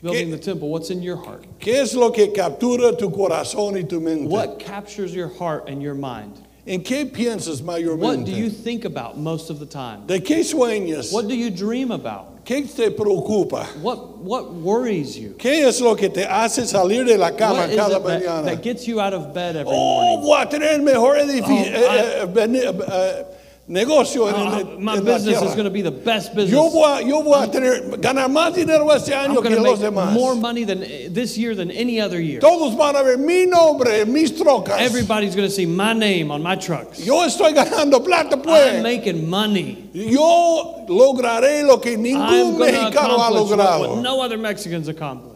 S2: building
S1: ¿Qué-
S2: the temple. What's in your heart?
S1: ¿Qué es lo que captura tu corazón y tu mente?
S2: What captures your heart and your mind?
S1: ¿En qué piensas
S2: What do
S1: mayormente?
S2: you think about most of the time?
S1: ¿De qué sueñas?
S2: What do you dream about?
S1: ¿Qué te preocupa?
S2: What what worries you?
S1: ¿Qué es lo que te hace salir de la cama
S2: What is
S1: cada
S2: it that,
S1: mañana?
S2: that gets you out of bed every
S1: oh,
S2: morning?
S1: voy a tener el mejor edifi-
S2: Oh, I-
S1: eh, eh, bene- eh, negocio en,
S2: Uh,
S1: el-
S2: my
S1: en la
S2: business is
S1: tierra.
S2: going to be the best business.
S1: Yo voy, a, yo voy a tener, ganar más dinero este
S2: I'm
S1: año
S2: going
S1: que
S2: to
S1: los
S2: make
S1: demás.
S2: more money than this year than any other year.
S1: Todos van a ver mi nombre en mis trocas.
S2: Everybody's going to see my name on my trucks.
S1: Yo estoy ganando plata,
S2: I'm
S1: pues.
S2: making money.
S1: Yo lograré lo que
S2: I'm
S1: ningún
S2: going to
S1: mexicano ha
S2: accomplish what, what
S1: logrado.
S2: no other Mexicans accomplished.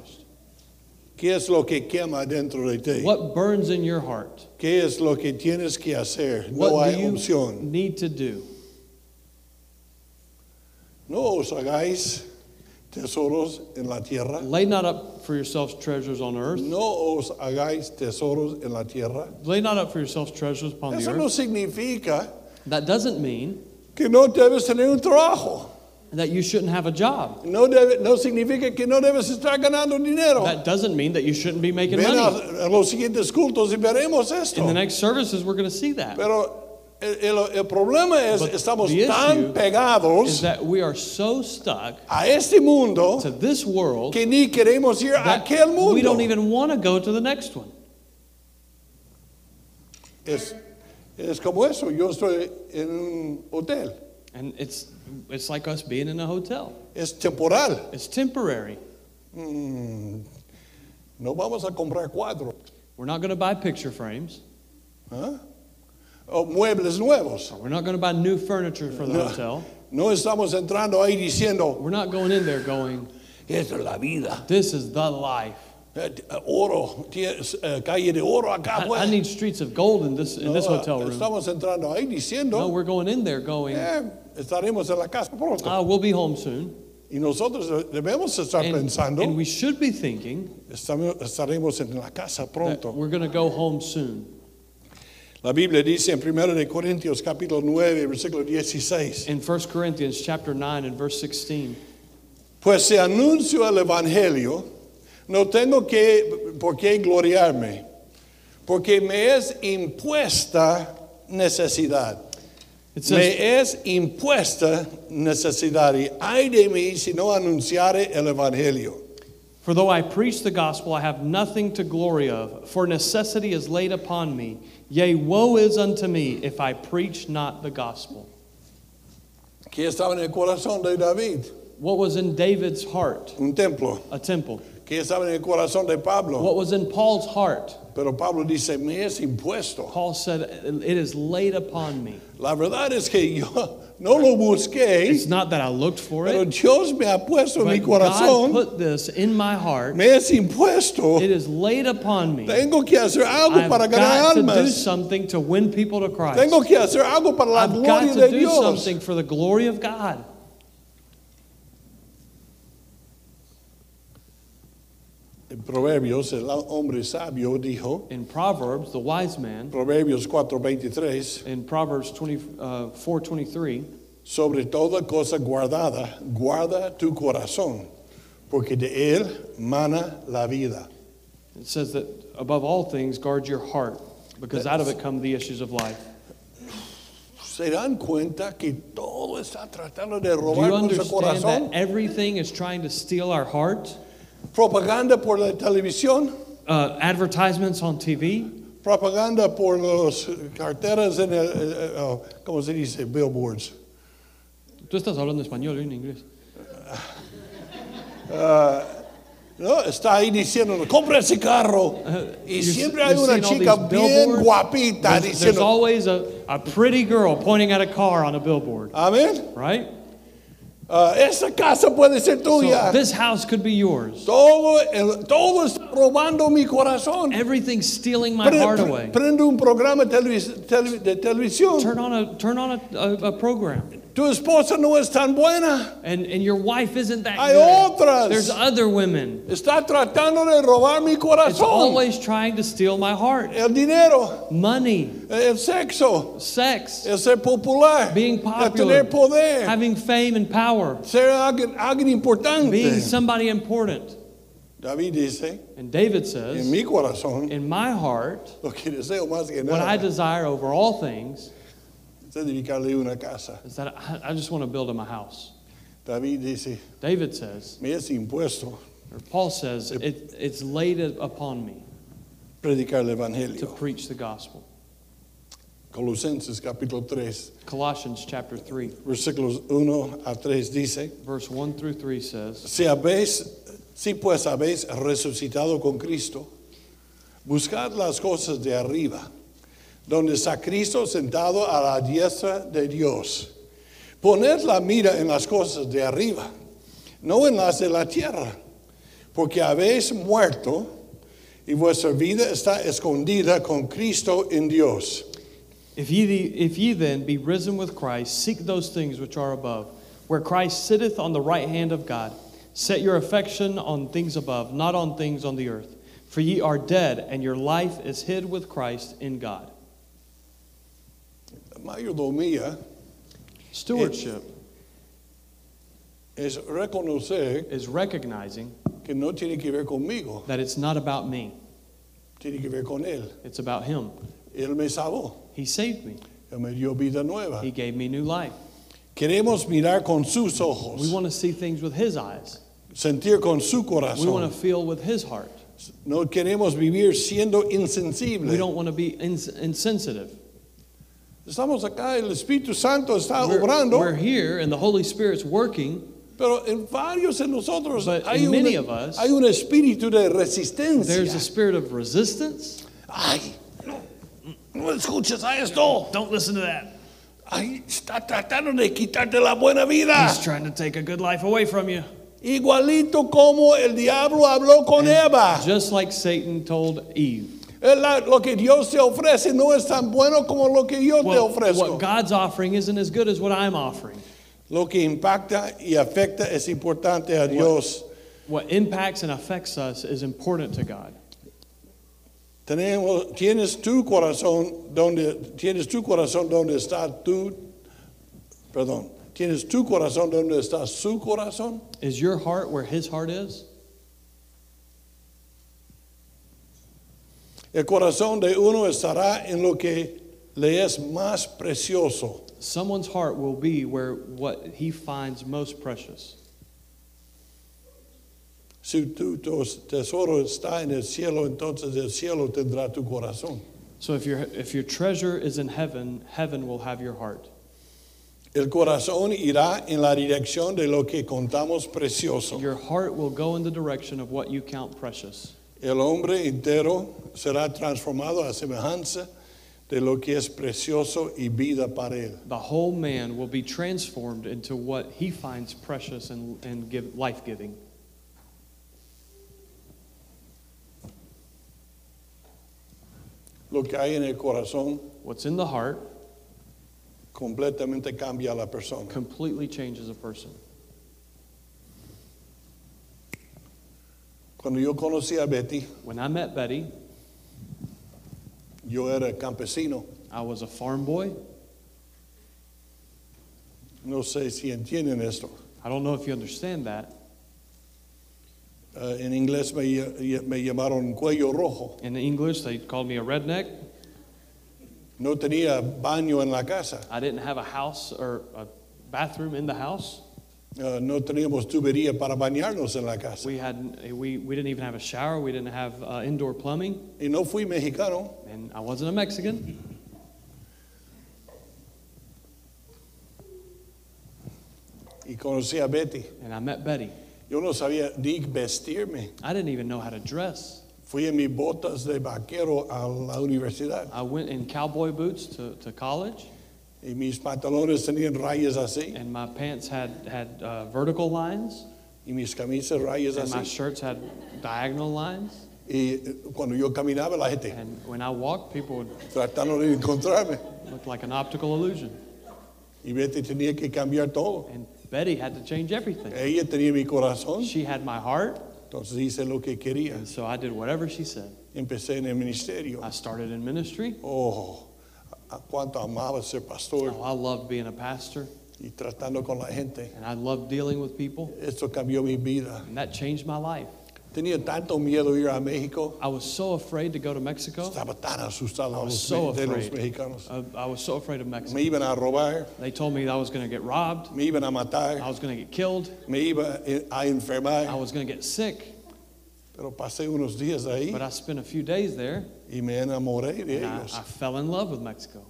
S1: ¿Qué es lo que quema dentro de ti?
S2: What burns in your heart?
S1: ¿Qué es lo que tienes que hacer?
S2: What
S1: No
S2: do
S1: hay
S2: you
S1: opción.
S2: need to do?
S1: No os hagáis tesoros en la tierra.
S2: Lay not up for yourselves treasures on earth.
S1: No os hagáis tesoros en la tierra.
S2: Lay not up for yourselves treasures upon the
S1: Eso
S2: earth.
S1: no significa
S2: That doesn't mean
S1: que no debes tener un trabajo.
S2: that you shouldn't have a job.
S1: No, debe- no significa que no debes estar ganando dinero.
S2: That doesn't mean that you shouldn't be making
S1: Ven
S2: money.
S1: a, a los siguientes cultos y veremos esto.
S2: In the next services, we're going to see that.
S1: Pero el, el- el problema es,
S2: But
S1: estamos
S2: the
S1: tan
S2: issue Is
S1: pegados
S2: that we are so stuck
S1: a este mundo
S2: to this world
S1: que ni queremos ir a
S2: that
S1: aquel mundo.
S2: we don't even want to go to the next one.
S1: es, es como eso, yo estoy en un hotel,
S2: And it's it's like us being in a hotel.
S1: es temporal.
S2: It's temporary.
S1: Mm, no vamos a comprar cuadros,
S2: We're not going to buy picture frames.
S1: ¿ah? o muebles nuevos.
S2: We're not going to buy new furniture for the
S1: No.
S2: hotel.
S1: No estamos entrando ahí diciendo,
S2: We're not going in there going,
S1: esta es la vida,
S2: this is the life.
S1: eh, oro, tienes, eh, calle de oro acá.
S2: I,
S1: pues.
S2: I need streets of gold in this in
S1: No, uh,
S2: this hotel room.
S1: Estamos entrando ahí diciendo,
S2: No, we're going in there going,
S1: Eh, estaremos en la casa pronto.
S2: ah, we'll be home soon.
S1: y nosotros debemos estar
S2: And,
S1: pensando,
S2: and we should be thinking
S1: estamos- estaremos en la casa
S2: that
S1: pronto.
S2: we're going to go home soon.
S1: La Biblia dice en 1 de Corintios capítulo 9, versículo 16,
S2: In 1 Corinthians chapter 9 and verse 16,
S1: pues si anuncio el Evangelio, no tengo que, por qué gloriarme, porque me es impuesta necesidad.
S2: it says,
S1: Me es impuesta necesidad y ay de mí si no anunciare el Evangelio.
S2: For though I preach the gospel, I have nothing to glory of, for necessity is laid upon me. Yea, woe is unto me if I preach not the gospel.
S1: que estaba en el corazón de David,
S2: What was in David's heart?
S1: un templo,
S2: A temple.
S1: que estaba en el corazón de Pablo.
S2: What was in Paul's heart?
S1: Pero Pablo dice, me es impuesto.
S2: Paul said, It is laid upon me.
S1: La verdad es que yo no lo
S2: It's
S1: busqué,
S2: not that I looked for
S1: pero
S2: it,
S1: Dios me ha puesto en mi
S2: but God
S1: corazón,
S2: put this in my heart.
S1: me es impuesto.
S2: It is laid upon me.
S1: Tengo que hacer algo
S2: I've
S1: para ganar
S2: got to do
S1: almas.
S2: something to win people to Christ.
S1: Tengo que hacer algo para la
S2: I've got
S1: gloria
S2: to
S1: de
S2: do
S1: Dios.
S2: something for the glory of God.
S1: En Proverbios, el hombre sabio dijo,
S2: In Proverbs, the wise man,
S1: Proverbios 4:23,
S2: in Proverbs uh, 24 23,
S1: sobre toda cosa guardada, guarda tu corazón, porque de él mana la vida.
S2: it says that above all things, guard your heart, because out of it come the issues of life.
S1: ¿Se dan cuenta que todo está tratando de
S2: Do you
S1: robar nuestro
S2: understand
S1: corazón?
S2: that everything is trying to steal our heart?
S1: Propaganda por la televisión,
S2: Uh, advertisements on TV,
S1: propaganda por las carteras en el, eh, eh, ¿cómo se dice? Billboards.
S2: tú estás hablando español, yo en inglés.
S1: No, está ahí diciendo, compra ese carro. Y
S2: You're-
S1: siempre
S2: you're
S1: hay una
S2: seeing all
S1: chica
S2: these
S1: bien
S2: billboards.
S1: guapita
S2: There's, there's
S1: diciendo,
S2: always a, a pretty girl pointing at a car on a billboard,
S1: amén,
S2: right?
S1: ah, esa casa puede ser tuya.
S2: So this house could be yours.
S1: Todo, el- todo está robando mi corazón.
S2: Everything's stealing my
S1: Pre-
S2: heart
S1: pre-
S2: away.
S1: prendo un programa televis- tele- de televisión.
S2: Turn on a turn on a, a, a program,
S1: Tu esposa no es tan buena.
S2: and and your wife isn't that
S1: Hay
S2: good.
S1: otras.
S2: There's other women.
S1: Está tratando de robar mi
S2: It's
S1: corazón.
S2: always trying to steal my heart.
S1: El dinero,
S2: Money,
S1: el sexo,
S2: sex,
S1: el ser popular,
S2: being
S1: el
S2: popular,
S1: tener poder,
S2: having fame and power,
S1: ser alguien, alguien
S2: being
S1: importante.
S2: somebody important.
S1: David dice,
S2: And David
S1: en
S2: says,
S1: mi corazón,
S2: in my heart,
S1: lo que deseo más que
S2: what I
S1: nada
S2: desire over all things
S1: es dedicarle una casa.
S2: is that I, I just want to build him a house.
S1: David dice,
S2: David says,
S1: me es impuesto
S2: or Paul says, it, it's laid upon me
S1: predicar el
S2: to
S1: Evangelio.
S2: preach the gospel.
S1: Colosenses capítulo 3,
S2: Colossians chapter 3,
S1: versículos 1 a 3 dice,
S2: verse 1 through 3 says,
S1: Si habéis, si pues habéis resucitado con Cristo, buscad las cosas de arriba, donde está Cristo sentado a la diestra de Dios. Poned la mira en las cosas de arriba, no en las de la tierra, porque habéis muerto y vuestra vida está escondida con Cristo en Dios.
S2: If ye, the, if ye then be risen with Christ, seek those things which are above, where Christ sitteth on the right hand of God. Set your affection on things above, not on things on the earth. For ye are dead, and your life is hid with Christ in God.
S1: Mayordomía
S2: Stewardship
S1: es reconocer
S2: is recognizing
S1: que no tiene que ver conmigo,
S2: that it's not about me,
S1: tiene que ver con Él.
S2: it's about Him.
S1: Él me salvó,
S2: He saved me,
S1: Él me dio vida nueva.
S2: He gave me new life.
S1: Queremos mirar con sus
S2: We
S1: ojos,
S2: want to see things with His eyes,
S1: sentir con su
S2: we want
S1: corazón.
S2: to feel with His heart.
S1: No queremos vivir siendo
S2: We
S1: insensibles.
S2: don't want to be ins- insensitive.
S1: Estamos acá, el Espíritu Santo está
S2: We're,
S1: obrando,
S2: we're here, and the Holy Spirit's working.
S1: pero en varios de nosotros
S2: But
S1: hay
S2: in
S1: un,
S2: many of us,
S1: hay un espíritu de
S2: There's a
S1: resistencia.
S2: spirit of resistance.
S1: Ay, no, no escuches a esto.
S2: Don't listen to that.
S1: Ay, está tratando de quitarte la buena vida.
S2: He's trying to take a good life away from you.
S1: Igualito como el diablo habló con Eva.
S2: Just like Satan told Eve.
S1: El- la- lo que Dios te ofrece no es tan bueno como lo que yo te
S2: Well,
S1: ofrezco.
S2: what God's offering isn't as good as what I'm offering.
S1: Lo que impacta y afecta es importante a Dios.
S2: What impacts and affects us is important to God.
S1: Tenemos, tienes tu corazón donde tienes tu corazón donde está tu perdón. Tienes tu corazón donde está su corazón.
S2: Is your heart where his heart is?
S1: El corazón de uno estará en lo que le es más precioso.
S2: Someone's heart will be where what he finds most precious.
S1: Si tu tos- tesoro está en el cielo, entonces el cielo tendrá tu corazón.
S2: So if your if your treasure is in heaven, heaven will have your heart.
S1: El corazón irá en la dirección de lo que contamos precioso.
S2: Your heart will go in the direction of what you count precious.
S1: El hombre entero será transformado a semejanza de lo que es precioso y vida para él.
S2: The whole man will be transformed into what he finds precious and, and give, life giving.
S1: Lo que hay en el corazón
S2: What's in the heart
S1: completamente cambia a la persona.
S2: completely changes a person.
S1: Cuando yo conocí a Betty,
S2: When I met Betty,
S1: yo era campesino.
S2: I was a farm boy.
S1: No sé si entienden esto.
S2: I don't know if you understand that.
S1: Eh, en inglés me, ll- me llamaron cuello rojo.
S2: In English, they called me a redneck.
S1: No tenía baño en la casa.
S2: I didn't have a house or a bathroom in the house.
S1: Uh, no teníamos tubería para bañarnos en la casa.
S2: We, had, we, we didn't even have a shower. We didn't have uh, indoor plumbing.
S1: Y no fui mexicano.
S2: And I wasn't a Mexican.
S1: Y conocí a Betty.
S2: And I met Betty.
S1: Yo no sabía ni vestirme.
S2: I didn't even know how to dress.
S1: Fui en mis botas de vaquero a la universidad.
S2: I went in cowboy boots to, to college.
S1: Y mis pantalones tenían rayas así.
S2: and my pants had had uh, vertical lines,
S1: Y mis camisas rayas
S2: and my
S1: así.
S2: shirts had diagonal lines.
S1: Y eh, cuando yo caminaba, la gente
S2: And when I walked, people would
S1: tratando de encontrarme.
S2: look like an optical illusion.
S1: Y Betty tenía que cambiar todo.
S2: And Betty had to change everything.
S1: Ella tenía mi corazón.
S2: She had my heart,
S1: Entonces hice lo que quería.
S2: and so I did whatever she said.
S1: Empecé en el ministerio.
S2: I started in ministry.
S1: Oh, a- cuánto amaba ser pastor.
S2: Oh, I loved being a pastor,
S1: y tratando con la gente.
S2: and I loved dealing with people,
S1: Esto cambió mi vida.
S2: and that changed my life.
S1: Tenía tanto miedo ir a México.
S2: I was so afraid to go to Mexico.
S1: Estaba tan asustado
S2: was
S1: los-
S2: so
S1: de los
S2: afraid.
S1: mexicanos.
S2: Uh, I was so afraid of
S1: Me
S2: Mexico.
S1: iban a robar,
S2: They told me that I was going to get robbed,
S1: me iban a
S2: I
S1: matar,
S2: was going to get killed,
S1: me iba eh, a
S2: I
S1: enfermar.
S2: was going to get sick.
S1: Pero pasé unos días ahí
S2: But I spent a few days there.
S1: y me enamoré de
S2: And I,
S1: ellos.
S2: I fell in love with Mexico.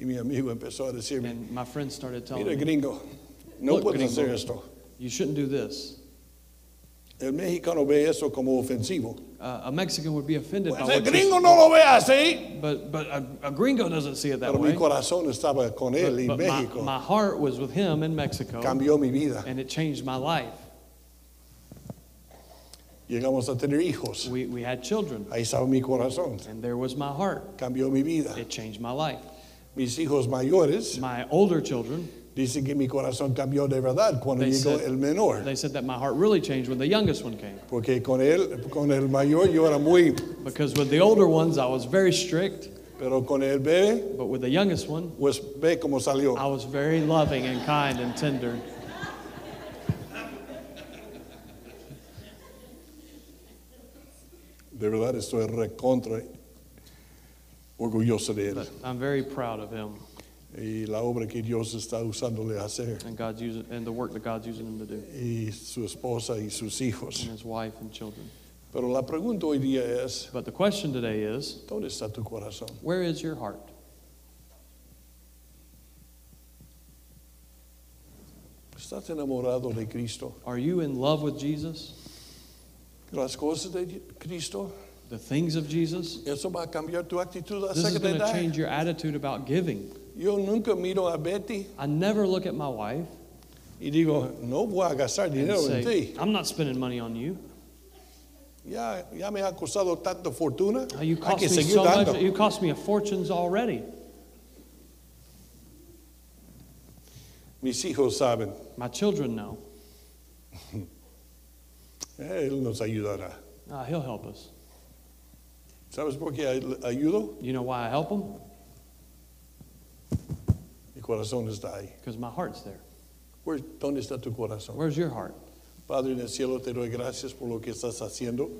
S1: Y mi amigo empezó a decirme,
S2: And my friends started telling
S1: mira
S2: me,
S1: gringo, no
S2: Look,
S1: puedes
S2: gringo.
S1: hacer esto.
S2: you shouldn't do this.
S1: El mexicano ve eso como ofensivo.
S2: Uh, a Mexican would be offended by
S1: Pues el
S2: what you
S1: gringo no lo ve así.
S2: But, but a, a gringo doesn't see it that
S1: Pero mi
S2: way.
S1: corazón estaba con él y
S2: But my,
S1: México.
S2: my heart was with him in Mexico,
S1: Cambió mi vida.
S2: and it changed my life.
S1: Llegamos a tener hijos.
S2: We, we had children,
S1: Ahí estaba mi corazón.
S2: and there was my heart.
S1: Cambió mi vida.
S2: It changed my life.
S1: Mis hijos mayores
S2: My older children
S1: Dice que mi corazón cambió de verdad cuando
S2: They
S1: llegó
S2: said-
S1: el menor,
S2: They said that my heart really changed when the youngest one came.
S1: porque con él, con el mayor yo era muy,
S2: Because with the older ones, I was very strict,
S1: pero con el bebé,
S2: but with the youngest one,
S1: pues ve cómo salió.
S2: I was very loving and kind and tender.
S1: De verdad estoy recontra orgulloso de él
S2: But I'm very proud of him
S1: y la obra que Dios está usándole a hacer
S2: and God's using and the work that God's using him to do,
S1: y su esposa y sus
S2: and
S1: hijos.
S2: his wife and children.
S1: Pero la pregunta hoy día es,
S2: But the question today is,
S1: ¿dónde está tu corazón?
S2: where is your heart?
S1: ¿Estás enamorado de Cristo?
S2: Are you in love with Jesus?
S1: Las cosas de Cristo,
S2: The things of Jesus?
S1: eso va a cambiar tu actitud
S2: This is
S1: acerca de
S2: going to
S1: dar.
S2: change your attitude about giving.
S1: Yo nunca miro a Betty
S2: I never look at my wife
S1: y digo, no voy a gastar
S2: and
S1: dinero en
S2: say,
S1: ti.
S2: I'm not spending money on you.
S1: Ya, ya me ha costado tanta fortuna.
S2: Uh, You
S1: Hay
S2: cost
S1: que
S2: me
S1: seguir
S2: so
S1: dando.
S2: much. You cost me a fortunes already.
S1: Mis hijos saben,
S2: My children know.
S1: eh, Él nos ayudará.
S2: Uh, he'll help us.
S1: ¿Sabes por qué ay- ayudo?
S2: You know why I help him?
S1: Mi corazón está ahí.
S2: Because my heart's there.
S1: Where- ¿Dónde está tu corazón?
S2: Where's your heart?
S1: Padre en el cielo, te doy gracias por lo que estás haciendo